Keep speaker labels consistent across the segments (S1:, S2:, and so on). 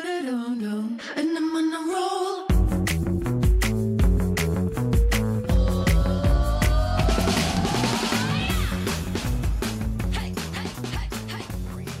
S1: And I'm on a roll.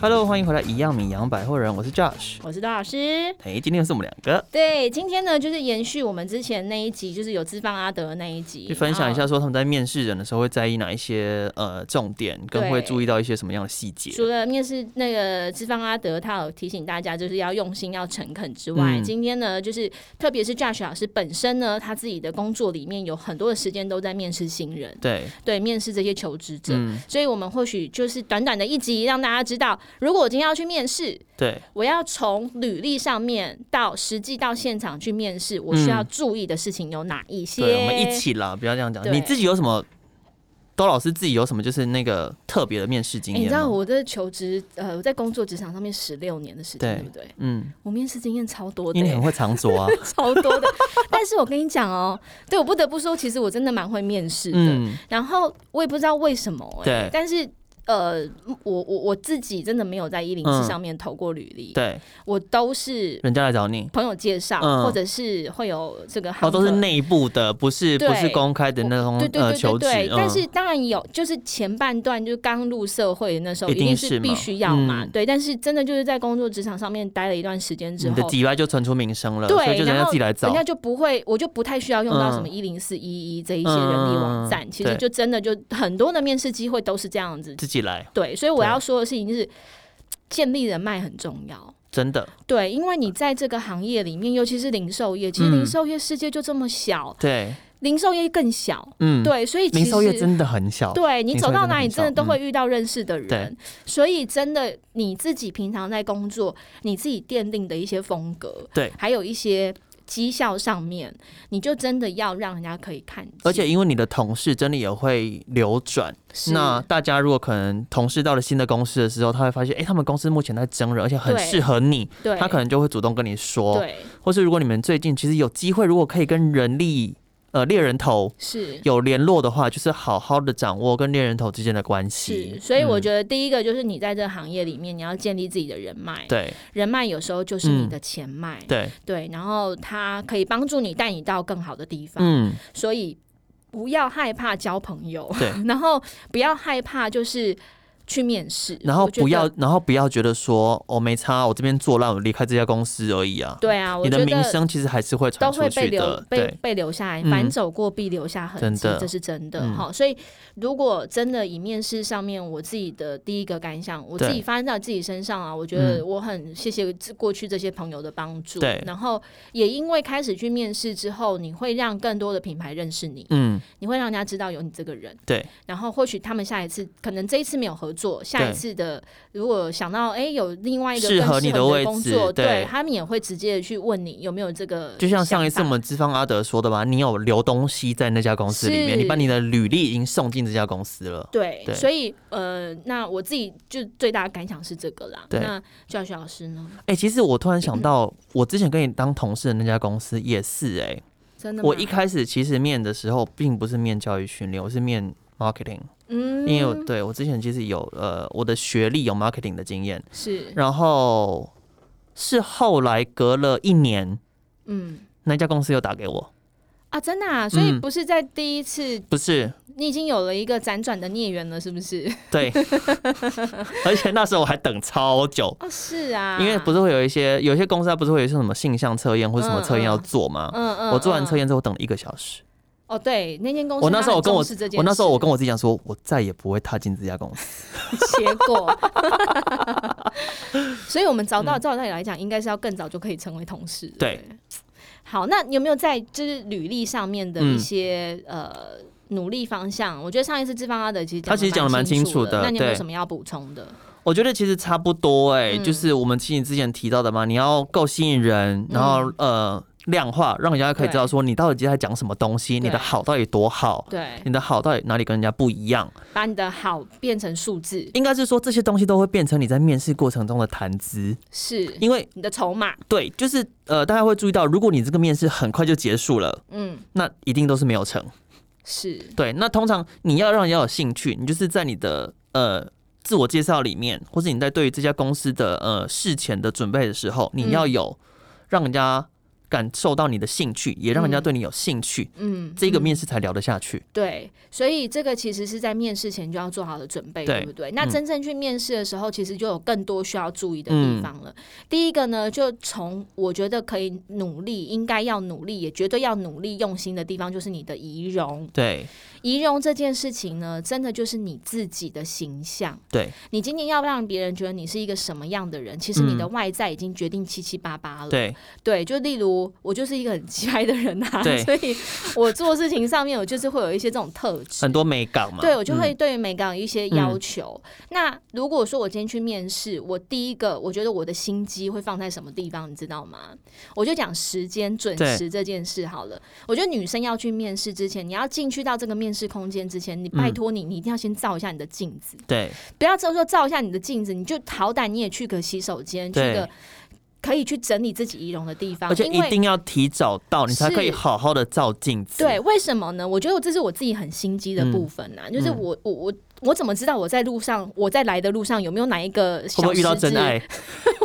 S2: Hello，欢迎回来，一样米阳百货人，我是 Josh。
S3: 我是多老师。
S2: 哎、今天又是我们两个，
S3: 对，今天呢就是延续我们之前那一集，就是有资方阿德的那一集，
S2: 去分享一下
S3: 然后。
S2: 说他们在面试人的时候会在意哪一些呃重点，跟
S3: 对
S2: 会注意到一些什么样的细节。
S3: 除了面试那个资方阿德，他有提醒大家就是要用心、要诚恳之外，
S2: 嗯
S3: 今天呢，就是特别是 Josh 老师本身呢，他自己的工作里面有很多的时间都在面试新人，
S2: 对，
S3: 对，面试这些求职者，
S2: 嗯，
S3: 所以我们或许就是短短的一集，让大家知道，如果我今天要去面试，
S2: 对，
S3: 我要从履历上面到实际到现场去面试，我需要注意的事情有哪一些？
S2: 嗯对，我们一起啦，不要这样讲。
S3: 对
S2: 你自己有什么？都老师自己有什么就是那个特别的面试经
S3: 欸你
S2: 验
S3: 知
S2: 吗？
S3: 道我在求职，呃，我在工作职场上面十六年的时间，
S2: 对
S3: 对不对？
S2: 嗯，
S3: 我面试经验超多的
S2: 因为你
S3: 欸、
S2: 很会藏拙 啊。
S3: 超多的。但是我跟你讲哦、对我不得不说，其实我真的蛮会面试的。
S2: 嗯，
S3: 然后我也不知道为什么、欸，
S2: 对
S3: 但是。呃，我我我自己真的没有在一零
S2: 嗯
S3: 四上面投过履历，
S2: 对，
S3: 我都是
S2: 人家来找你，
S3: 朋友介绍，
S2: 嗯
S3: 或者是会有这个
S2: 哦，都是
S3: hunter
S2: 内部的，不是
S3: 对
S2: 不是公开的那种
S3: 对对
S2: 呃
S3: 对
S2: 求
S3: 对
S2: 职
S3: 对，。
S2: 嗯
S3: 但是当然有，就是前半段就是刚入社会的那时候，
S2: 一
S3: 一
S2: 定
S3: 定
S2: 是
S3: 是
S2: 嘛
S3: 必须要嘛，
S2: 嗯
S3: 对。但是真的就是在工作职场上面待了一段时间之
S2: 你的
S3: 后，
S2: 底外就传出名声了，所以
S3: 对，
S2: 就人
S3: 然
S2: 家
S3: 后
S2: 自己来找
S3: 人。家就不会，我就不太需要用到什么
S2: 嗯
S3: 一零四一一这一些人力网站，
S2: 嗯
S3: 其实
S2: 对
S3: 就真的就很多的面试机会都是这样子，
S2: 自己来，
S3: 对。所以我要说的事情是，建立人脉很重要。
S2: 真的，
S3: 对，因为你在这个行业里面，尤其是零售业，其实
S2: 嗯
S3: 零售业世界就这么小，
S2: 对，
S3: 零售业更小，
S2: 嗯，，
S3: 对，所以其
S2: 零
S3: 实
S2: 售业真的很小，
S3: 对你
S2: 零售
S3: 走
S2: 业
S3: 到
S2: 真的
S3: 哪里，
S2: 很
S3: 真的
S2: 少
S3: 都
S2: 嗯
S3: 会遇到认识的人。
S2: 对
S3: 所以真的你自己平常在工作，你自己奠定的一些风格，
S2: 对
S3: 还有一些绩效上面，你就真的要让人家可以看见。
S2: 而且因为你的同事真的也会流转，
S3: 是
S2: 那大家如果可能同事到了新的公司的时候，他会发现，哎、他们公司目前在征人，而且很
S3: 对
S2: 适合你，
S3: 对，
S2: 他可能就会主动跟你说，
S3: 对
S2: 或是如果你们最近其实有机会，如果可以跟人力呃猎人头
S3: 是。
S2: 有联络的话，就是好好的掌握跟猎人头之间的关系嗯
S3: 是，。所以我
S2: 得、
S3: 觉得第一个就是你在这个行业里面，你要建立自己的人脉。，
S2: 对
S3: 人脉有时候就是你
S2: 嗯
S3: 的钱脉。
S2: 对，
S3: 对，然后它可以帮助你带你到更好的地方。
S2: 嗯，
S3: 所以不要害怕交朋友，
S2: 对，
S3: 然后不要害怕就是去面试，
S2: 然后
S3: 我觉得
S2: 不要，然后不要觉得说，哦，没差，我这边做烂，我离开这家公司而已啊。
S3: 对啊，我
S2: 你
S3: 觉
S2: 的名
S3: 得
S2: 声其实还是会传
S3: 都
S2: 出
S3: 会被
S2: 去
S3: 留
S2: 的，
S3: 被
S2: 对。
S3: 被留下来，
S2: 嗯
S3: 反走过必留下痕迹
S2: 真的，
S3: 这是真的
S2: 嗯
S3: 哈、所以如果真的以面试上面我自己的第一个感想，我自己
S2: 对
S3: 发生在自己身上啊，我觉
S2: 嗯
S3: 得我很谢谢这过去这些朋友的帮助，
S2: 对
S3: 然后也因为开始去面试之后，你会让更多的品牌认识你，
S2: 嗯，
S3: 你会让人家知道有你这个人，
S2: 对。
S3: 然后或许他们下一次，可能这一次没有合作，下一次的如果想到哎有另外一个
S2: 适
S3: 更
S2: 合你
S3: 你
S2: 的位置
S3: 工作，
S2: 对
S3: 对他们也会直接的去问你有没有这呃个想法，
S2: 就像上一次我们资方阿德说的吧，你有留东西在那家公司里面，
S3: 是
S2: 你把你的履历已经送进这家公司了。
S3: 对，
S2: 对
S3: 所以呃，那我自己就最大的感想是这个啦。
S2: 对
S3: 那教学老师呢？
S2: 哎、其实我突然想
S3: 嗯
S2: 到，我之前跟你当同事的那家公司也是哎、
S3: 真的吗
S2: 我一开始其实面的时候并不是面教育训练，我是面 marketing，
S3: 嗯，
S2: 因为我对我之前其实有呃我的学历有 marketing 的经验，
S3: 是
S2: 然后是后来隔了一年，
S3: 嗯
S2: 那家公司又打给我，
S3: 啊，真的啊，所以
S2: 嗯
S3: 不是在第一次，
S2: 不是
S3: 你已经有了一个辗转的孽缘了，是不是？
S2: 对，而且那时候我还等超久，
S3: 哦，是啊，
S2: 因为不
S3: 是，
S2: 是会有一些有一些公司它不是会有一些什么性向测验或者什么测验要做吗？
S3: 嗯嗯，
S2: 我做完
S3: 嗯
S2: 测验之后等了一个小时，
S3: 哦，对，那间公司
S2: 我那时候我跟我
S3: 他很重视这件
S2: 我那时候我
S3: 事
S2: 跟我自己讲说，我再也不会踏进这家公司。
S3: 结果， 所以我们早到照道理来讲，应该是要更早就可以成为同事。
S2: 嗯对
S3: 不，好，那有没有在就是履历上面的一些、呃努力方向？我觉得上一次志方阿德其
S2: 嗯
S3: 实
S2: 他其实讲得蛮
S3: 清
S2: 清楚的
S3: 的，那你有没有
S2: 对
S3: 什么要补充的？
S2: 我觉得其实差不多哎、
S3: 嗯
S2: 就是我们其实之前提到的嘛，你要够吸引人，然后、
S3: 嗯
S2: 呃量化，让人家可以知道说你到底在讲什么东西，你的
S3: 对
S2: 好到底多好，
S3: 对，
S2: 你的好到底哪里跟人家不一样。
S3: 把你的好变成数字，
S2: 应该是说这些东西都会变成你在面试过程中的谈资，
S3: 是
S2: 因为
S3: 你的筹码。
S2: 对，就是呃大家会注意到，如果你这个面试很快就结束了。
S3: 嗯，
S2: 那一定都是没有成。
S3: 是
S2: 对，那通常你要让人家有兴趣，你就是在你的呃自我介绍里面，或是你在对于这家公司的呃事前的准备的时候，
S3: 嗯
S2: 你要有让人家感受到你的兴趣，也让人家对你有兴趣，
S3: 嗯，
S2: 这个
S3: 嗯
S2: 面试才聊得下去。
S3: 对，所以这个其实是在面试前就要做好的准备，对
S2: 对
S3: 不对？那
S2: 嗯
S3: 真正去面试的时候，其实就有更多需要注意的
S2: 嗯
S3: 地方了。第一个呢，就从我觉得可以努力，应该要努力，也绝对要努力用心的地方，就是你的仪容。
S2: 对
S3: 仪容这件事情呢，真的就是你自己的形象。
S2: 对
S3: 你今天要让别人觉得你是一个什么样的人，其实你的
S2: 嗯
S3: 外在已经决定七七八八了。
S2: 对
S3: 对，就例如我就是一个很鸡掰的人啊，
S2: 对
S3: 所以我做事情上面我就是会有一些这种特质，
S2: 很多美感嘛。
S3: 对我就
S2: 嗯
S3: 会对于美感有一些要求。那如果说我今天去面试，我第一个我觉得我的心机会放在什么地方，你知道吗？我就讲时间准
S2: 对
S3: 时这件事好了。我觉得女生要去面试之前，你要进去到这个面试空间之前，你拜
S2: 嗯
S3: 托你，你一定要先照一下你的镜子，
S2: 对
S3: 不要只有说照一下你的镜子，你就好歹你也去个洗手间，去
S2: 对
S3: 个可以去整理自己仪容的地方，
S2: 而且
S3: 因
S2: 一
S3: 为
S2: 定要提早到，你才可以
S3: 是
S2: 好好的照镜子。
S3: 对，为什么呢？我觉得这是我自己很心机的
S2: 嗯
S3: 部分啊，就是我我我我怎么知道我在路上，我在来的路上有没有哪一个
S2: 会
S3: 小
S2: 不会遇到
S3: 石子
S2: 真爱？？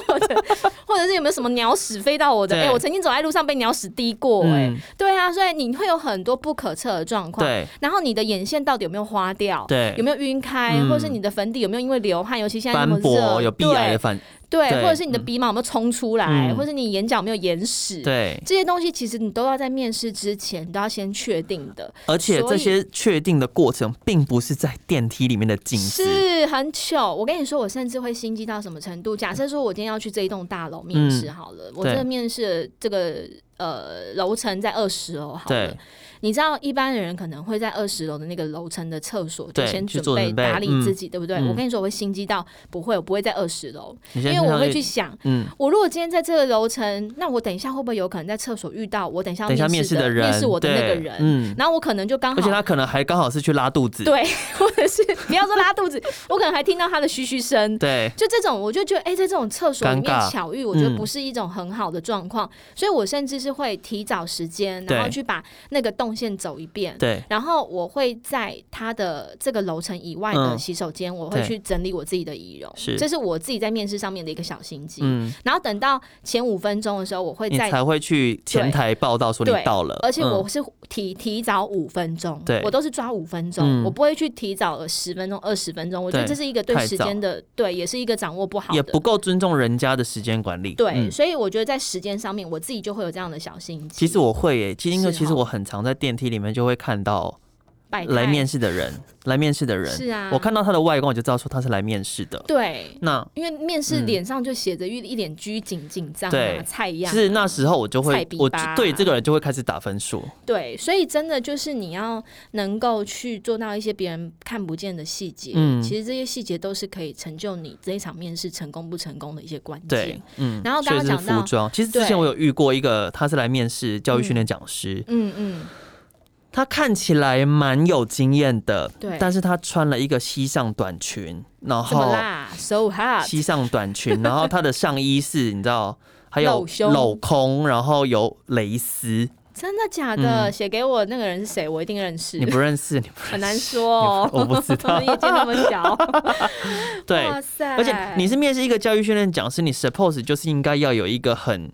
S3: 或者或者是有没有什么鸟屎飞到我的？哎、
S2: 对
S3: 我曾经走在路上被鸟屎滴过、哎、
S2: 嗯，
S3: 对啊，所以你会有很多不可测的状况。
S2: 对
S3: 然后你的眼线到底有没有花掉？
S2: 对
S3: 有没有晕开，
S2: 嗯
S3: 或者是你的粉底有没有因为流汗，尤其现在那么
S2: 斑驳
S3: 热，
S2: 有鼻癌的
S3: 对
S2: 反
S3: 对，
S2: 对
S3: 或者是你的鼻毛有没有冲出来，
S2: 嗯
S3: 或者你眼角有没有眼屎，
S2: 对，
S3: 这些东西其实你都要在面试之前你都要先确定的，
S2: 而且
S3: 所
S2: 这
S3: 以
S2: 些确定的过程并不是在电梯里面的镜子。
S3: 是很糗。我跟你说，我甚至会心机到什么程度？假设说我今天要去这一栋大楼面试
S2: 嗯
S3: 好了，我这个面试的这个呃楼层在二十楼好了
S2: 对，
S3: 你知道一般的人可能会在二十楼的那个楼层的厕所就
S2: 对
S3: 先
S2: 去
S3: 准
S2: 做
S3: 备
S2: 准备
S3: 打理
S2: 嗯
S3: 自己，对不对？
S2: 嗯
S3: 我跟你说，我会心机到不会，我不会在二十楼，
S2: 因
S3: 因为我会去想。
S2: 嗯，
S3: 我如果今天在这个楼层，那我等一下会不会有可能在厕所遇到我等一下
S2: 等一下
S3: 要
S2: 面
S3: 面
S2: 试
S3: 试
S2: 的人
S3: 面试我的那个
S2: 对
S3: 人？
S2: 嗯，
S3: 然后我可能就刚好
S2: 而且他可能还刚好是去拉肚子，
S3: 对， 或者是不要说拉肚子，我可能还听到他的嘘嘘声。
S2: 对
S3: 就这种，我就觉得，哎、在这种厕所里
S2: 尴
S3: 面
S2: 尬
S3: 巧遇，我觉
S2: 嗯
S3: 得不是一种很好的状况，所以我甚至是会提早时间，
S2: 对
S3: 然后去把那个动线走一遍，
S2: 对
S3: 然后我会在他的这个楼层以外的
S2: 嗯
S3: 洗手间，我会
S2: 对
S3: 去整理我自己的仪容，
S2: 是
S3: 这是我自己在面试上面的一个小心机。
S2: 嗯，
S3: 然后等到前五分钟的时候，我会
S2: 你
S3: 再
S2: 才会去前台报道说你
S3: 对
S2: 到了，
S3: 而且
S2: 嗯
S3: 我是提提早五分钟
S2: 对，
S3: 我都是抓五分
S2: 嗯
S3: 钟，我不会去提早十分钟、二十分钟。我觉得
S2: 对
S3: 这是一个对
S2: 太
S3: 时
S2: 早
S3: 间的，对，也是一个掌握不好
S2: 也
S3: 的
S2: 不。够尊重人家的时间管理，
S3: 对，
S2: 嗯
S3: 所以我觉得在时间上面，我自己就会有这样的小心
S2: 其
S3: 机。
S2: 实我会耶，其实因为
S3: 是
S2: 其实
S3: 哦
S2: 我很常在电梯里面就会看到
S3: 摆
S2: 来
S3: 态
S2: 面试的人，来面试的人，
S3: 是啊
S2: 我看到他的外观我就知道说他是来面试 的。
S3: 对，
S2: 那
S3: 因为面试
S2: 嗯
S3: 脸上就写着一一脸拘谨、紧张
S2: 对
S3: 啊、菜
S2: 其
S3: 样啊。
S2: 实那时候我就会
S3: 菜，逼吧
S2: 我就对这个人就会开始打分数，
S3: 对，所以真的就是你要能够去做到一些别人看不见的细节。
S2: 嗯
S3: 其实这些细节都是可以成就你这一场面试成功不成功的一些关
S2: 对
S3: 键。，
S2: 嗯。
S3: 然后
S2: 所
S3: 刚
S2: 以
S3: 刚
S2: 是
S3: 讲
S2: 服
S3: 到，
S2: 装。其实之前
S3: 对
S2: 我有遇过一个，他是来面试教育训练讲师，
S3: 嗯嗯，
S2: 他看起来蛮有经验的，
S3: 对
S2: 但是他穿了一个西上短裙，然
S3: 这么
S2: 后
S3: 辣，so hot，
S2: 西上短裙， 然后他的上衣是你知道，还有
S3: 镂胸
S2: 镂空，然后有蕾丝，
S3: 真的假的？
S2: 嗯
S3: 写、给我那个人是谁？我一定认识
S2: 你，不认识，你不
S3: 很难说哦，
S2: 我不知 道
S3: 眼界那么小，
S2: 对，
S3: 哇塞！
S2: 而且你是面试一个教育训练讲师，你 suppose 就是应该要有一个很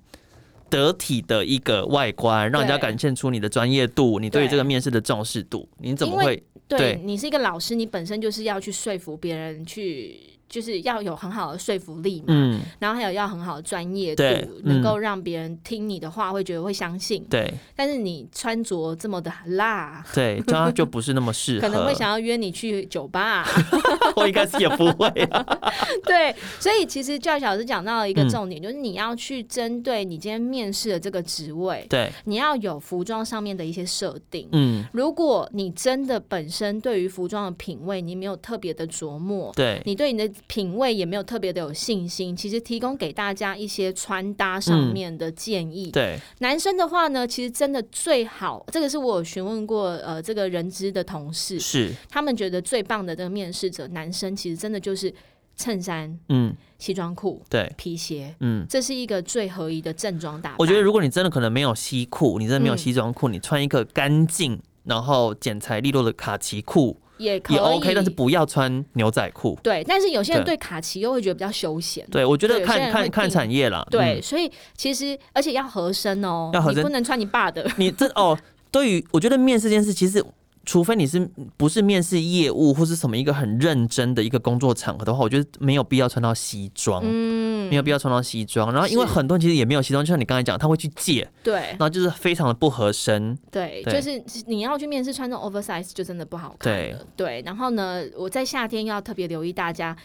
S2: 得体的一个外观，让人家
S3: 对
S2: 展现出你的专业度，你对于
S3: 对
S2: 这个面试的重视度，你怎么
S3: 因为
S2: 会
S3: 对
S2: 对
S3: 你是一个老师，你本身就是要去说服别人去。就是要有很好的说服力嘛，
S2: 嗯
S3: 然后还有要很好的专业度
S2: 对，嗯
S3: 能够让别人听你的话会觉得会相信。
S2: 对
S3: 但是你穿着这么的辣，
S2: 对，这样就不是那么适合，
S3: 可能会想要约你去酒吧、
S2: 我应该是也不会 啊，
S3: 对，所以其实教育老师讲到一个
S2: 嗯
S3: 重点，就是你要去针对你今天面试的这个职位，
S2: 对，
S3: 你要有服装上面的一些设定。
S2: 嗯
S3: 如果你真的本身对于服装的品味你没有特别的琢磨，
S2: 对
S3: 你对你的品味也没有特别的有信心，其实提供给大家一些穿搭上
S2: 嗯
S3: 面的建议。
S2: 对
S3: 男生的话呢，其实真的最好，这个是我有询问过呃这个人资的同事，
S2: 是
S3: 他们觉得最棒的这个面试者，男生其实真的就是衬衫、
S2: 嗯
S3: 西装裤、
S2: 对
S3: 皮鞋，
S2: 嗯。
S3: 这是一个最合宜的正装打扮。
S2: 我觉得，如果你真的可能没有西裤，你真的没有
S3: 嗯
S2: 西装裤，你穿一个干净然后剪裁利落的卡其裤，
S3: 也可以
S2: 也 OK，但是不要穿牛仔裤。
S3: 对，但是有些人
S2: 对嗯
S3: 对卡其又会觉得比较休闲。
S2: 对，我觉得
S3: 对有些
S2: 看
S3: 人
S2: 看
S3: 会
S2: 看
S3: 定
S2: 产业啦。
S3: 对，
S2: 嗯
S3: 所以其实而且要合身哦，
S2: 要合身
S3: 你不能穿你爸的。
S2: 你这哦，对于我觉得面试这件事，其实除非你是不是面试业务或是什么一个很认真的一个工作场合的话，我觉得没有必要穿到西装。
S3: 嗯
S2: 没，有必要穿到西装，然后因为
S3: 是
S2: 很多人其实也没有西装，就像你刚才讲，他会去借，
S3: 对
S2: 然后就是非常的不合身。
S3: 对，
S2: 对
S3: 就是你要去面试穿这种 oversize 就真的不好看了。对，然后呢，我在夏天要特别留意大家，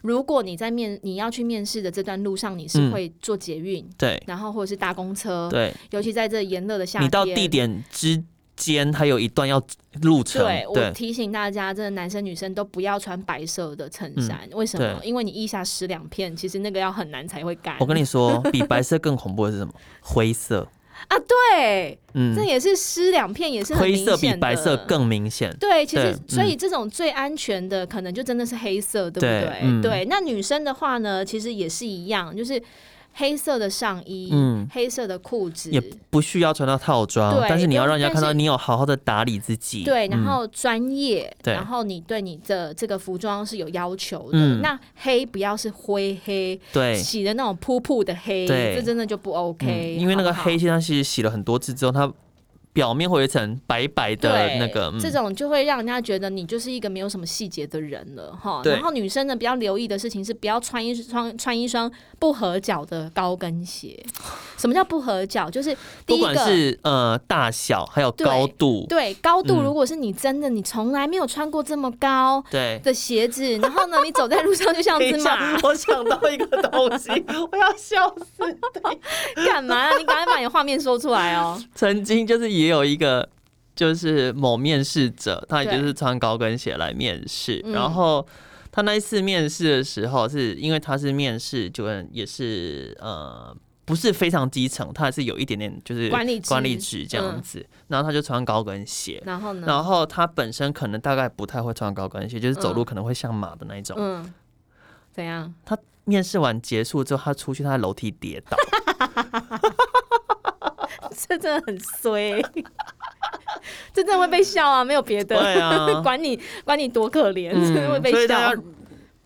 S3: 如果你在面你要去面试的这段路上，你是
S2: 嗯
S3: 会坐捷运，
S2: 对
S3: 然后或者是搭公车，
S2: 对，
S3: 尤其在这炎热的哦夏天，
S2: 你到地点之间还有一段要路程，
S3: 对，我
S2: 对
S3: 提醒大家，真的男生女生都不要穿白色的衬衫，为什么？
S2: 嗯对
S3: 因为你腋下湿两片，其实那个要很难才会干。
S2: 我跟你说，比白色更恐怖的是什么？灰色，
S3: 啊，对，
S2: 嗯
S3: 这，也是湿两片，也是很
S2: 灰
S3: 明
S2: 色比
S3: 显的。
S2: 白色更明显。
S3: 对，其
S2: 对
S3: 实
S2: 嗯
S3: 所以这种最安全的可能就真的是黑色，对不
S2: 对
S3: 对？
S2: 嗯
S3: 对，那女生的话呢，其实也是一样，就是黑色的上衣，
S2: 嗯
S3: 黑色的裤子，
S2: 也不需要穿到套装，
S3: 对
S2: 但是你要
S3: 不
S2: 让人家
S3: 但
S2: 看到
S3: 是
S2: 你有好好的打理自己。
S3: 对，然
S2: 嗯
S3: 后专业，
S2: 对
S3: 然后你对你的这个服装是有要求的。
S2: 嗯
S3: 那黑不要是灰黑，
S2: 对，
S3: 洗的那种扑扑的黑，
S2: 哎对
S3: 这真的就不 OK，、
S2: 嗯因为那个
S3: 好不好
S2: 黑现在其实洗了很多次之后，它表面会有一层白白的
S3: 对
S2: 那个，嗯
S3: 这种就会让人家觉得你就是一个没有什么细节的人了哈。
S2: 对
S3: 然后女生呢，比较留意的事情是不要穿一双穿一双不合脚的高跟鞋。 什么叫不合脚？就是第
S2: 不
S3: 一
S2: 管
S3: 个。
S2: 是呃大小还有
S3: 对
S2: 高度，
S3: 对高度，
S2: 嗯
S3: 如果是你真的你从来没有穿过这么高
S2: 对。
S3: 的鞋子，
S2: 嗯
S3: 然后呢，你走在路上就像
S2: 等
S3: 只
S2: 一下
S3: 马，，
S2: 哎我想到一个东 西，我要笑死。
S3: 干嘛、你赶快把你的画面说出来哦。
S2: 曾经就是也有一个，就是某面试者，他也
S3: 对
S2: 就是穿高跟鞋来面试，
S3: 嗯
S2: 然后他那一次面试的时候，是因为他是面试主任，也是呃不是非常基层，他还是有一点点就是
S3: 管理职嗯
S2: 管理职这样子，然后他就穿高跟鞋。
S3: 然后呢？
S2: 然后他本身可能大概不太会穿高跟鞋，就是走路可能会像马的那一种。
S3: 嗯，怎样？
S2: 他面试完结束之后，他出去，他在楼梯跌 倒，
S3: 这真的很衰、这真的会被笑啊，没有别的。
S2: 对啊
S3: 管你管你多可怜，真的会被
S2: 所以
S3: 笑
S2: 大。家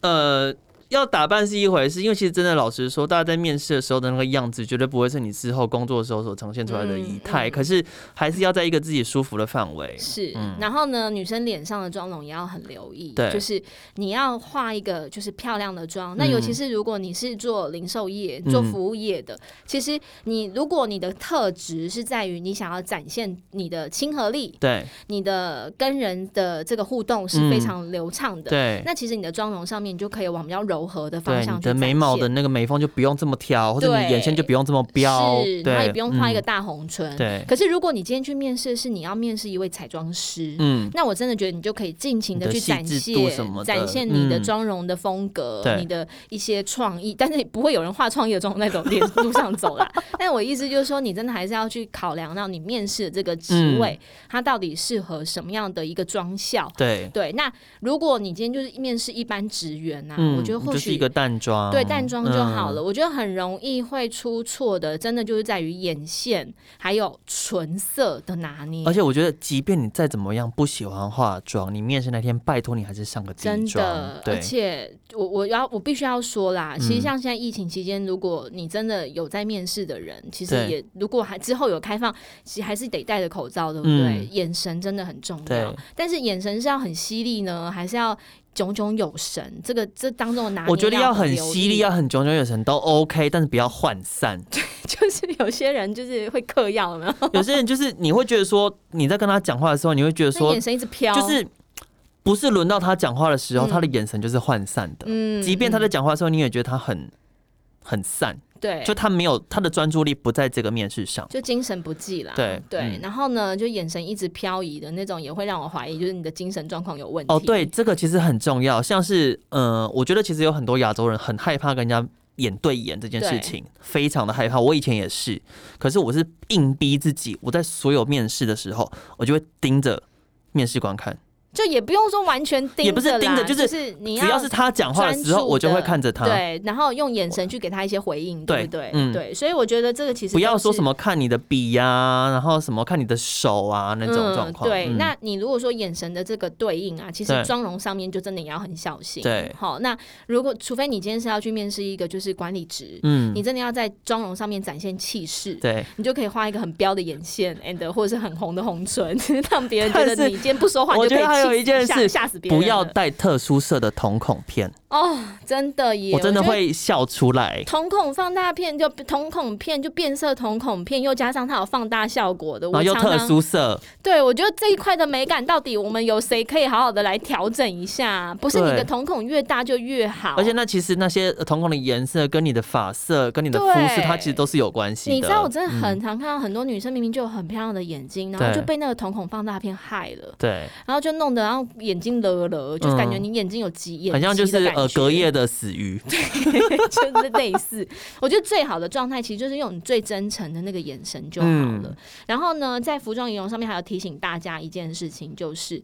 S2: 呃要打扮是一回事，因为其实真的老实说，大家在面试的时候的那个样子，绝对不会是你之后工作的时候所呈现出来的仪
S3: 嗯
S2: 态。可是还是要在一个自己舒服的范围。
S3: 是，然后呢，女生脸上的妆容也要很留意，
S2: 嗯对
S3: 就是你要化一个就是漂亮的妆。
S2: 嗯
S3: 那尤其是如果你是做零售业、做服务业的，其实你如果你的特质是在于你想要展现你的亲和力，
S2: 对
S3: 你的跟人的这个互动是非常流畅的，
S2: 嗯对
S3: 那其实你的妆容上面你就可以往比较柔和的方
S2: 对，
S3: 向
S2: 你
S3: 去
S2: 的
S3: 展现。
S2: 眉毛的那个眉峰就不用这么挑，或者你
S3: 对
S2: 眼线就不用这么标，
S3: 是，然后
S2: 对，
S3: 也不用画一个
S2: 嗯
S3: 大红唇。
S2: 对，
S3: 可是如果你今天去面试，是你要面试一位彩妆师。
S2: 嗯，
S3: 那我真的觉得你就可以尽情地
S2: 你的
S3: 去展
S2: 细致度
S3: 现
S2: 什么的，
S3: 展现你的
S2: 嗯
S3: 妆容的风格，
S2: 对
S3: 你的一些创意，但是不会有人画创意的妆容在走脸路上走啦。 但我意思就是说，你真的还是要去考量到你面试的这个职
S2: 嗯
S3: 位，它到底适合什么样的一个妆效。
S2: 对，
S3: 对，那如果你今天就是面试一般职员呐、啊
S2: 嗯，
S3: 我觉得
S2: 你
S3: 或
S2: 就是
S3: 许
S2: 一个淡妆，
S3: 对淡妆就好
S2: 哦嗯
S3: 了。我觉得很容易会出错的，真的就是在于眼线还有唇色的拿捏。
S2: 嗯而且我觉得，即便你再怎么样不喜欢化妆，你面试那天拜托你还是上个底
S3: 真
S2: 妆
S3: 的，，而
S2: 对，
S3: 且我我要我必须要说啦，其
S2: 嗯
S3: 实像现在疫情期间，如果你真的有在面试的人，其实
S2: 对
S3: 也如果还之后有开放，其实还是得戴着口罩，对不对？
S2: 嗯
S3: 眼神真的很重要
S2: 对，
S3: 但是眼神是要很犀利呢，还是要炯炯有神？这个这当中的拿捏，
S2: 我觉得要很犀利，要
S3: 啊，
S2: 很炯炯有神都 OK，但是不要涣散。
S3: 就是有些人就是会嗑药，有没有？
S2: 有些人就是你会觉得说你在跟他讲话的时候，你会觉得
S3: 那
S2: 说
S3: 眼神一直飘，
S2: 就是。不是轮到他讲话的时候，
S3: 嗯
S2: 他的眼神就是涣散的。
S3: 嗯
S2: 即便他在
S3: 嗯
S2: 讲话的时候，你也觉得他很很散，
S3: 对，
S2: 就他没有他的专注力不在这个面试上。
S3: 就精神不济啦。
S2: 对
S3: 对，
S2: 嗯
S3: 然后呢，就眼神一直漂移的那种，也会让我怀疑，就是你的精神状况有问题。
S2: 哦，对，，这个其实很重要。像是，呃，我觉得其实有很多亚洲人很害怕跟人家眼对眼这件事
S3: 对
S2: 情，非常的害怕。我以前也是，可是我是硬逼自己，我在所有面试的时候，我就会盯着面试官看。
S3: 就也不用说完全盯着啦，
S2: 也不是盯着就
S3: 就是你
S2: 只要是他讲话的时候，
S3: 专注
S2: 我就会
S3: 的
S2: 看着他。
S3: 对，然后用眼神去给他一些回应，对不
S2: 对
S3: 对？
S2: 嗯
S3: 对，所以我觉得这个其实
S2: 不要
S3: 都是
S2: 说什么看你的笔呀、然后什么看你的手啊那种状况。
S3: 嗯。对，
S2: 嗯
S3: 那你如果说眼神的这个对应啊，其
S2: 对
S3: 实妆容上面就真的也要很小心。
S2: 对
S3: 好，那如果除非你今天是要去面试一个就是管理职，
S2: 嗯
S3: 你真的要在妆容上面展现气势。
S2: 对，
S3: 你就可以画一个很标的眼线，and 或者是很红的红唇， 让别人觉得
S2: 但是
S3: 你今天不说话，你
S2: 我觉
S3: 就可以
S2: 得还有
S3: 气
S2: 一件
S3: 死
S2: 事
S3: 吓吓死别人
S2: 不
S3: 了。
S2: 要带特殊色的瞳孔片，
S3: 哦，真的耶，
S2: 我真的
S3: 觉得
S2: 会笑出来。
S3: 瞳孔放大片就瞳孔片就变色瞳孔片，又加上它有放大效果的，
S2: 然后
S3: 我
S2: 又
S3: 常
S2: 特
S3: 常
S2: 殊色，
S3: 对我觉得这一块的美感到底我们有谁可以好好的来调整一下？不是你
S2: 对
S3: 的瞳孔越大就越好，
S2: 而且那其实那些呃瞳孔的颜色跟你的发色、跟你的肤色，
S3: 对
S2: 它其实都是有关系的。
S3: 你知道我真的
S2: 嗯
S3: 很常看到很多女生明明就有很漂亮的眼睛，然后
S2: 对
S3: 就被那个瞳孔放大片害了，
S2: 对，
S3: 然后就弄得然后眼睛了了，就感觉你眼睛有急眼，
S2: 很嗯像就是呃隔夜
S3: 夜，
S2: 的死鱼。
S3: 就是类似。我觉得最好的状态其实就是用你最真诚的那个眼神就好了。
S2: 嗯
S3: 然后呢，在服装仪容上面还要提醒大家一件事情，就是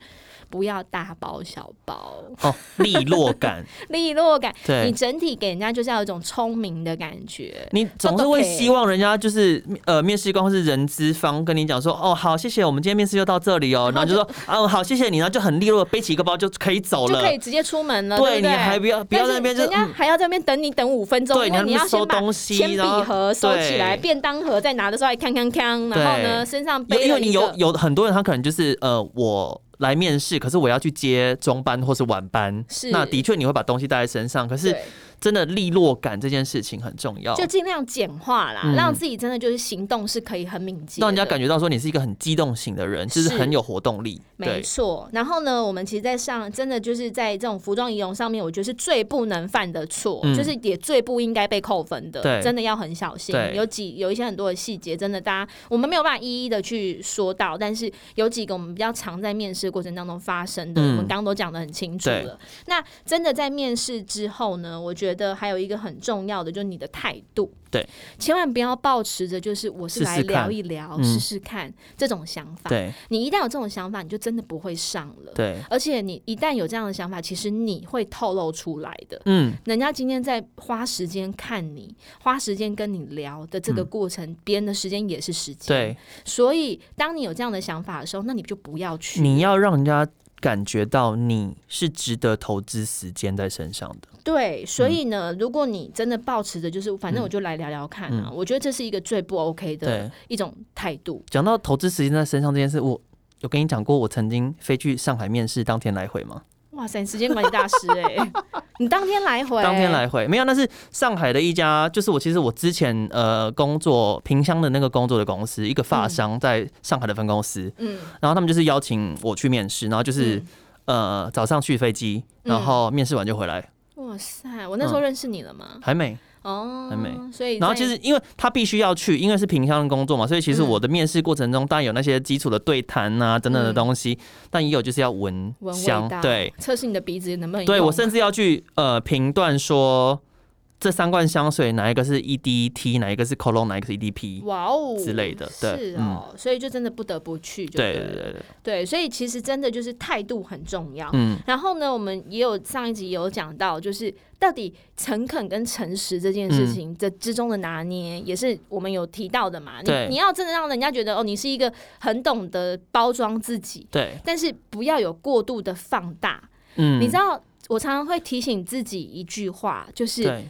S3: 不要大包小包。
S2: 哦，利落 感，
S3: 利落感，
S2: 对
S3: 你整体给人家就是要有一种聪明的感觉。
S2: 你总是会希望人家就是呃，面试官或是人资方跟你讲说，哦，好，谢谢，我们今天面试就到这里哦，然后就说，嗯，好，谢谢你，然后就很利落的背起一个包就可以走
S3: 就
S2: 了
S3: 可，以直接出门了，
S2: 对你
S3: 对不
S2: 还不要不要
S3: 但
S2: 在
S3: 是
S2: 那边就
S3: 人家
S2: 嗯
S3: 还要在那边等你等五分钟，
S2: 对
S3: 因为
S2: 你
S3: 你
S2: 还
S3: 要
S2: 没收
S3: 先把
S2: 东西
S3: 铅笔
S2: 然后
S3: 盒收
S2: 对
S3: 起来，便当盒再拿的时候还康康康，然后呢身上
S2: 因
S3: 背
S2: 为因为
S3: 了
S2: 你
S3: 一
S2: 有
S3: 个。
S2: 有很多人他可能就是呃，我来面试，可是我要去接中班或是晚班，
S3: 是
S2: 那的确你会把东西带在身上，可是
S3: 对，
S2: 真的利落感这件事情很重要，
S3: 就尽量简化啦，
S2: 嗯
S3: 让自己真的就是行动是可以很敏捷的，
S2: 让人家感觉到说你是一个很机动型的人，就是
S3: 是
S2: 很有活动力，
S3: 没
S2: 对，
S3: 错。然后呢，我们其实，在上真的就是在这种服装仪容上面，我觉得是最不能犯的错，
S2: 嗯
S3: 就是也最不应该被扣分
S2: 对
S3: 的，真的要很小心
S2: 对。
S3: 有几有一些很多的细节，真的大家我们没有办法一一的去说到，但是有几个我们比较常在面试过程当中发生
S2: 嗯
S3: 的，我们刚刚都讲的很清楚
S2: 对
S3: 了。那真的在面试之后呢，我觉得还有一个很重要的就是你的态度。
S2: 对，
S3: 千万不要抱持着就是我
S2: 试
S3: 是
S2: 试
S3: 来
S2: 看
S3: 聊一聊、
S2: 嗯
S3: 试试看,、这种想法。
S2: 对
S3: 你一旦有这种想法，你就真的不会上了。
S2: 对，
S3: 而且你一旦有这样的想法，其实你会透露出来的。
S2: 嗯，
S3: 人家今天在花时间看你，花时间跟你聊的这个过程，别、人的时间也是时
S2: 嗯
S3: 间。
S2: 对，，
S3: 所以当你有这样的想法的时候，那你就不要去。
S2: 你要让人家感觉到你是值得投资时间在身上的，
S3: 对，所
S2: 嗯
S3: 以呢，如果你真的抱持着就是，反正我就来聊聊看啊，我觉得这是一个最不 OK 的
S2: 嗯对。
S3: 一种态度。
S2: 讲到投资时间在身上这件事，我有跟你讲过，我曾经飞去上海面试，当天来回吗？
S3: 哇塞，你时间管理大师哎、 你当天来回，
S2: 当天来回没有，那是上海的一家，就是我其实我之前呃工作萍乡的那个工作的公司，一个发商在上海的分公司，
S3: 嗯，
S2: 然后他们就是邀请我去面试，然后就是、
S3: 嗯
S2: 呃早上去飞机，然后面试完就回来，
S3: 哇塞，我那
S2: 嗯
S3: 时候认识你了吗？
S2: 还没。
S3: 哦，
S2: 很美
S3: 所以
S2: 然后
S3: 在
S2: 其实因为他必须要去，因为是萍乡的工作嘛，所以其实
S3: 嗯
S2: 我的面试过程中，当然有那些基础的对谈啊等等的
S3: 嗯
S2: 东西，但也有就是要闻
S3: 闻
S2: 香
S3: 味道，，
S2: 对，
S3: 测试你的鼻子能不能
S2: 对
S3: 用
S2: 我甚至要去呃评断说这三罐香水哪一个是 EDT，哪一个是 Cologne，哪一个是 E EDP。
S3: 哇哦
S2: 之类的对嗯
S3: 是哦，所以就真的不得不去就
S2: 对
S3: 了
S2: 对对对，
S3: 对，所以其实真的就是态度很重要。
S2: 嗯，
S3: 然后呢，我们也有上一集也有讲到，就是到底诚恳跟诚实这件
S2: 嗯
S3: 事情这之中的拿捏，也是我们有提到的嘛。你
S2: 对
S3: 你要真的让人家觉得哦，你是一个很懂得包装自己，
S2: 对，
S3: 但是不要有过度的放大。
S2: 嗯，
S3: 你知道，我常常会提醒自己一句话，就是
S2: 对，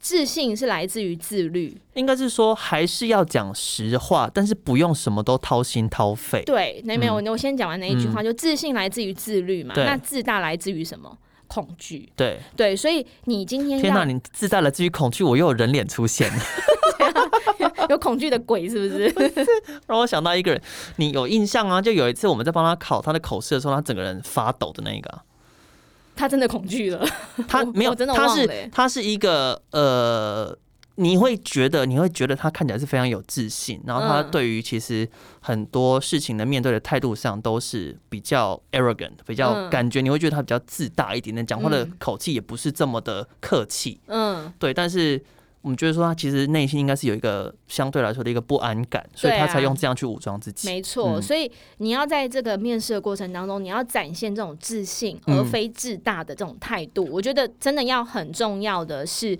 S3: 自信是来自于自律，
S2: 应该是说还是要讲实话，但是不用什么都掏心掏肺。
S3: 对，那没有，我先讲完那一句话，
S2: 嗯
S3: 就自信来自于自律嘛，
S2: 对
S3: 那自大来自于什么？恐惧，
S2: 对，
S3: 对，所以你今天
S2: 天哪，
S3: 要
S2: 你自带了至于恐惧，我又有人脸出现，
S3: 有恐惧的鬼是不是？
S2: 让我想到一个人，你有印象啊？就有一次我们在帮他考他的口试的时候，他整个人发抖的那一个啊，
S3: 他真的恐惧了，
S2: 他
S3: 我
S2: 没有，
S3: 我真的
S2: 他
S3: 忘了
S2: 是
S3: 欸
S2: 他是一个呃，你会觉得你会觉得他看起来是非常有自信，然后他
S3: 嗯
S2: 对于其实很多事情的面对的态度上都是比较 arrogant，比较
S3: 嗯
S2: 感觉你会觉得他比较自大一点点，讲话的
S3: 嗯
S2: 口气也不是这么的客气，
S3: 嗯，
S2: 对，但是。我们觉得说他其实内心应该是有一个相对来说的一个不安感，所以
S3: 对
S2: 他
S3: 啊
S2: 才用这样去武装自己。
S3: 没错，
S2: 嗯
S3: 所以你要在这个面试的过程当中，你要展现这种自信
S2: 嗯
S3: 而非自大的这种态度。我觉得真的要很重要的是，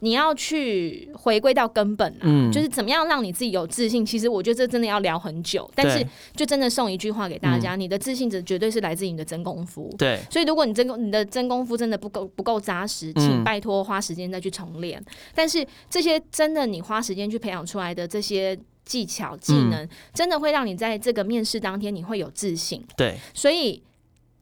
S3: 你要去回归到根本啊，
S2: 嗯
S3: 就是怎么样让你自己有自信。其实我觉得这真的要聊很久，但是
S2: 对
S3: 就真的送一句话给大
S2: 嗯
S3: 家：你的自信值绝对是来自于你的真功夫。
S2: 对，
S3: 所以，如果你真功你的真功夫真的不够不够扎实，
S2: 嗯
S3: 请拜托花时间再去重练。但是这些真的你花时间去培养出来的这些技巧技能，
S2: 嗯
S3: 真的会让你在这个面试当天你会有自信。
S2: 对，
S3: 所以。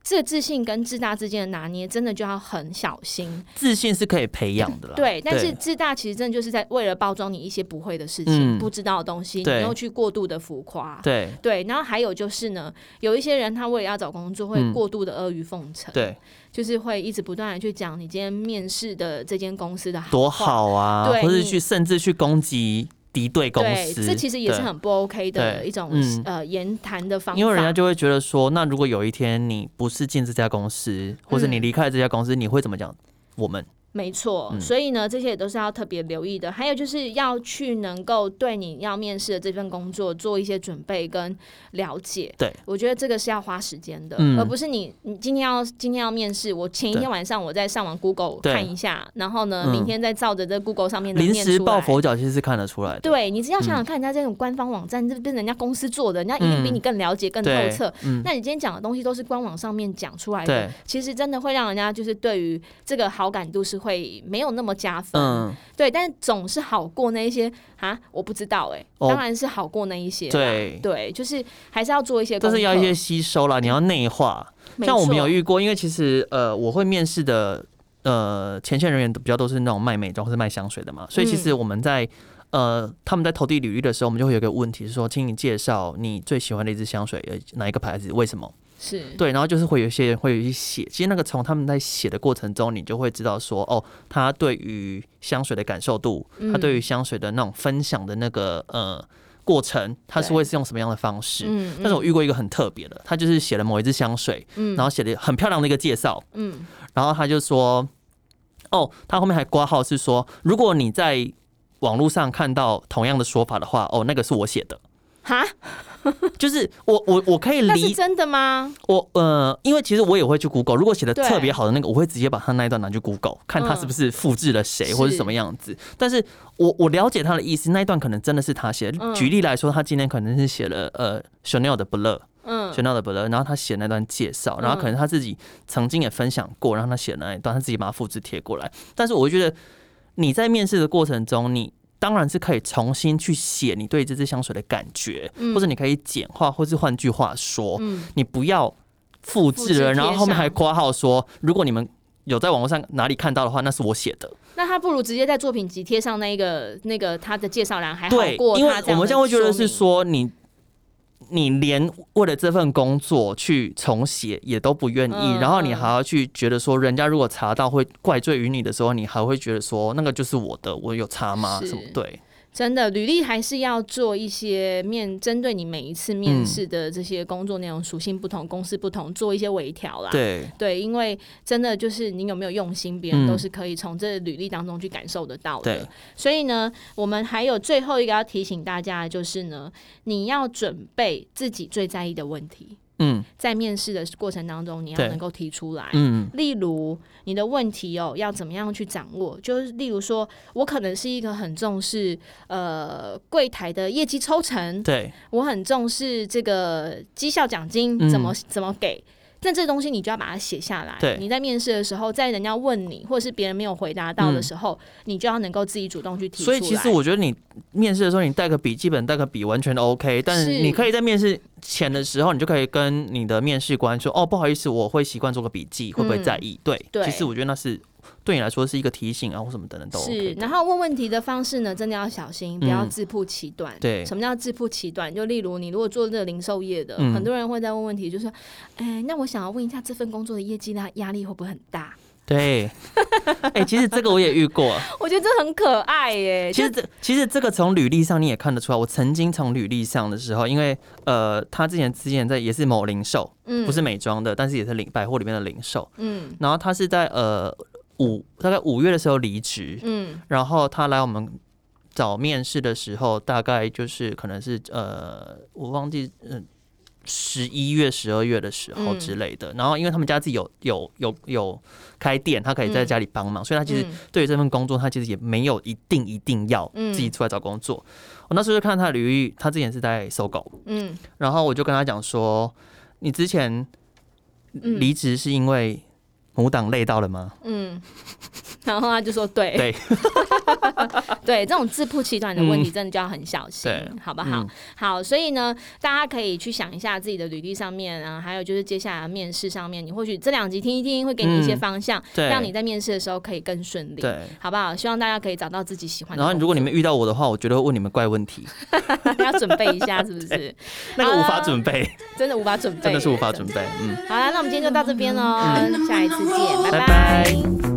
S3: 这个自信跟自大之间的拿捏，真的就要很小心。
S2: 自信是可以培养的啦。
S3: 对，但是自大其实真的就是在为了包装你一些不会的事情、
S2: 嗯
S3: 不知道的东西，
S2: 对
S3: 你又去过度的浮夸。
S2: 对
S3: 对，然后还有就是呢，有一些人他为了要找工作，会
S2: 嗯
S3: 过度的阿谀奉承。
S2: 对，
S3: 就是会一直不断的去讲你今天面试的这间公司的好
S2: 多
S3: 话。
S2: 好啊，
S3: 对
S2: 或是
S3: 你
S2: 去甚至去攻击敌对公
S3: 对，
S2: 司，
S3: 这其实也是
S2: 对
S3: 很不 OK 的
S2: 对
S3: 一种、
S2: 嗯
S3: 呃言谈的方法，
S2: 因为人家就会觉得说，那如果有一天你不是进这家公司，或者你离开了这家公司，你会怎么讲？我们
S3: 没错，
S2: 嗯
S3: 所以呢，这些也都是要特别留意的。还有就是要去能够对你要面试的这份工作做一些准备跟了解。
S2: 对，
S3: 我觉得这个是要花时间的，
S2: 嗯
S3: 而不是你你今天要今天要面试，我前一
S2: 对
S3: 天晚上我再上网 Google
S2: 对
S3: 看一下，然后呢，
S2: 嗯
S3: 明天再照着这 Google 上面的
S2: 临
S3: 念
S2: 时
S3: 出
S2: 抱
S3: 来。
S2: 佛脚其实是看得出来的。
S3: 对，你只要想
S2: 嗯
S3: 想看，人家这种官方网站，这不是人家公司做的，人家一定比你更了解、更透
S2: 对
S3: 彻。
S2: 嗯，
S3: 那你今天讲的东西都是官网上面讲出来的
S2: 对，，
S3: 其实真的会让人家就是对于这个好感度是会没有那么加分。
S2: 嗯，
S3: 对，但总是好过那一些啊，我不知道哎、
S2: 哦
S3: 当然是好过那一些啦。
S2: 对。
S3: 对，就是还是要做一些功
S2: 但
S3: 课，
S2: 是要一些吸收啦，你要内化。
S3: 没
S2: 像我们
S3: 错
S2: 有遇过，因为其实呃，我会面试的呃前线人员比较都是那种卖美妆或是卖香水的
S3: 嗯
S2: 嘛，所以其实我们在、呃他们在投递履历的时候，我们就会有一个问题是说，请你介绍你最喜欢的一支香水，呃哪一个牌子，为什么？
S3: 嗯是
S2: 对，然后就是会有一些人会有一些写，其实那个从他们在写的过程中，你就会知道说，哦，他对于香水的感受度，
S3: 嗯
S2: 他对于香水的那种分享的那个呃过程，他是
S3: 对
S2: 会是用什么样的方式？
S3: 嗯
S2: 但是我遇过一个很特别的，他就是写了某一支香水，然后写了很漂亮的一个介绍，
S3: 嗯
S2: 然后他就说，哦，他后面还挂号是说，如果你在网络上看到同样的说法的话，哦，那个是我写的，
S3: 哈，
S2: 就是我我我可以
S3: 那是
S2: 理
S3: 真的吗？
S2: 我呃，因为其实我也会去 Google，如果写的
S3: 对
S2: 特别好的那个，我会直接把他那一段拿去 Google，看他是不是复制了谁
S3: 嗯
S2: 或者
S3: 是
S2: 什么样子。但是我我了解他的意思，那一段可能真的是他写的。
S3: 嗯
S2: 举例来说，他今天可能是写了呃 Chanel 的 Blur，Chanel、
S3: 嗯，
S2: 的 Blur，然后他写那段介绍，然后
S3: 嗯
S2: 可能他自己曾经也分享过，然后他写那一段，他自己把它复制贴过来。但是我觉得你在面试的过程中，你当然是可以重新去写你对这支香水的感觉，
S3: 嗯
S2: 或者你可以简化，或是换句话说，你不要复制了，
S3: 复制贴上
S2: 然后后面还括号说，如果你们有在网络上哪里看到的话，那是我写的。
S3: 那他不如直接在作品集贴上那一个那个他的介绍栏，还好
S2: 对
S3: 过，
S2: 因为
S3: 他这
S2: 我
S3: 样
S2: 们
S3: 的
S2: 这样会觉得是
S3: 明，
S2: 说你。你连为了这份工作去重写也都不愿意，
S3: 嗯
S2: 然后你
S3: 嗯
S2: 还要去觉得说，人家如果查到会怪罪于你的时候，你还会觉得说那个就是我的，我有查吗？
S3: 是
S2: 什么对？
S3: 真的履历还是要做一些面针对你每一次面试的这些工作内容属性不同、公司不同，做一些微调啦。
S2: 对，
S3: 对，因为真的就是你有没有用心，别人
S2: 嗯
S3: 都是可以从这履历当中去感受得到的
S2: 对。
S3: 所以呢，我们还有最后一个要提醒大家的就是呢，你要准备自己最在意的问题，
S2: 嗯
S3: 在面试的过程当中，你要
S2: 对
S3: 能够提出来。
S2: 嗯，
S3: 例如你的问题哦，要怎么样去掌握？就是例如说，我可能是一个很重视呃柜台的业绩抽成，
S2: 对，
S3: 我很重视这个绩效奖金
S2: 嗯
S3: 怎么、怎么给。但这东西你就要把它写下来
S2: 对。
S3: 你在面试的时候，在人家问你，或者是别人没有回答到的时候，你就要能够自己主动去提
S2: 嗯
S3: 出
S2: 所
S3: 来。
S2: 以其实我觉得你面试的时候，你带个笔记本、带个笔完全 OK，但是
S3: 是
S2: 你可以在面试前的时候，你就可以跟你的面试官说：“哦，不好意思，我会习惯做个笔记，会不会在意？”对，
S3: 嗯对
S2: 其实我觉得那是对你来说是一个提醒啊，或什么等等都 OK
S3: 是，
S2: 的。
S3: 然后问问题的方式呢，真的要小心，不要
S2: 嗯
S3: 自曝其短。
S2: 对
S3: 什么叫自曝其短？就例如你如果做这个零售业的，
S2: 嗯
S3: 很多人会在问问题，就说：“哎，那我想要问一下，这份工作的业绩压压力会不会很大
S2: 对，哎、其实这个我也遇 过。？”
S3: 我觉得这很可爱耶，
S2: 其实这其实这个从履历上你也看得出来，我曾经从履历上的时候，因为呃，他之前之前在也是某零售，
S3: 嗯
S2: 不是美妆的，但是也是零百货里面的零售，
S3: 嗯
S2: 然后他是在呃五大概五月的时候离职，
S3: 嗯
S2: 然后他来我们找面试的时候，大概就是可能是呃，我忘记嗯。十一月、十二月的时候
S3: 嗯
S2: 之类的，然后因为他们家自己有有有有开店，他可以在家里帮忙，所以他其实
S3: 嗯
S2: 对于这份工作，他其实也没有一定一定要
S3: 嗯
S2: 自己出来找工作。我那时候就看他的履历，他之前是在搜狗，
S3: 嗯
S2: 然后我就跟他讲说，你之前
S3: 嗯
S2: 离职是因为母党累到了吗？
S3: 嗯，然后他就说对
S2: 对 嗯
S3: 对，这种自曝其短的问题真的就要很小心，
S2: 对
S3: 好不好？
S2: 嗯
S3: 好，所以呢，大家可以去想一下自己的履历上面啊，还有就是接下来面试上面，你或许这两集听一听，会给你一些
S2: 嗯
S3: 方向，
S2: 对，
S3: 让你在面试的时候可以更顺利，
S2: 对。
S3: 好不好？希望大家可以找到自己喜欢的
S2: 然后
S3: 工作。
S2: 如果你们遇到我的话，我绝对会问你们怪问题，
S3: 要准备一下，是不是？
S2: 那个无
S3: 好
S2: 法
S3: 啦
S2: 准备，
S3: 真的无法准备，
S2: 真的是无法准备，嗯。
S3: 好啦，那我们今天就到这边喽，
S1: 嗯
S3: 下一次见，
S2: 拜
S3: 拜
S2: 拜